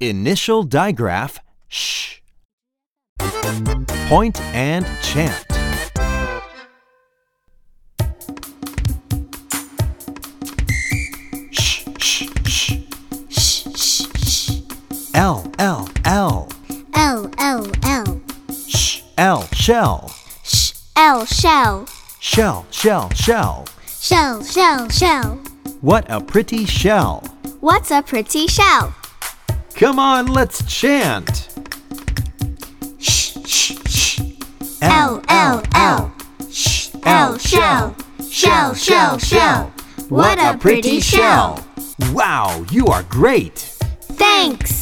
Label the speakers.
Speaker 1: Initial digraph sh. Point and chant. Sh, sh, sh.
Speaker 2: Sh, sh, sh.
Speaker 1: L, L, L.
Speaker 2: L, L, L.
Speaker 1: Sh, L, shell.
Speaker 2: Sh, L, shell.
Speaker 1: Shell, shell, shell.
Speaker 2: Shell, shell, shell.
Speaker 1: What a pretty shell.
Speaker 2: What's a pretty shell?
Speaker 1: Come on, let's chant.
Speaker 2: Sh, sh, sh. L, L, L. Sh, L, shell. Shell, shell, shell. What a pretty shell.
Speaker 1: Wow, you are great.
Speaker 2: Thanks.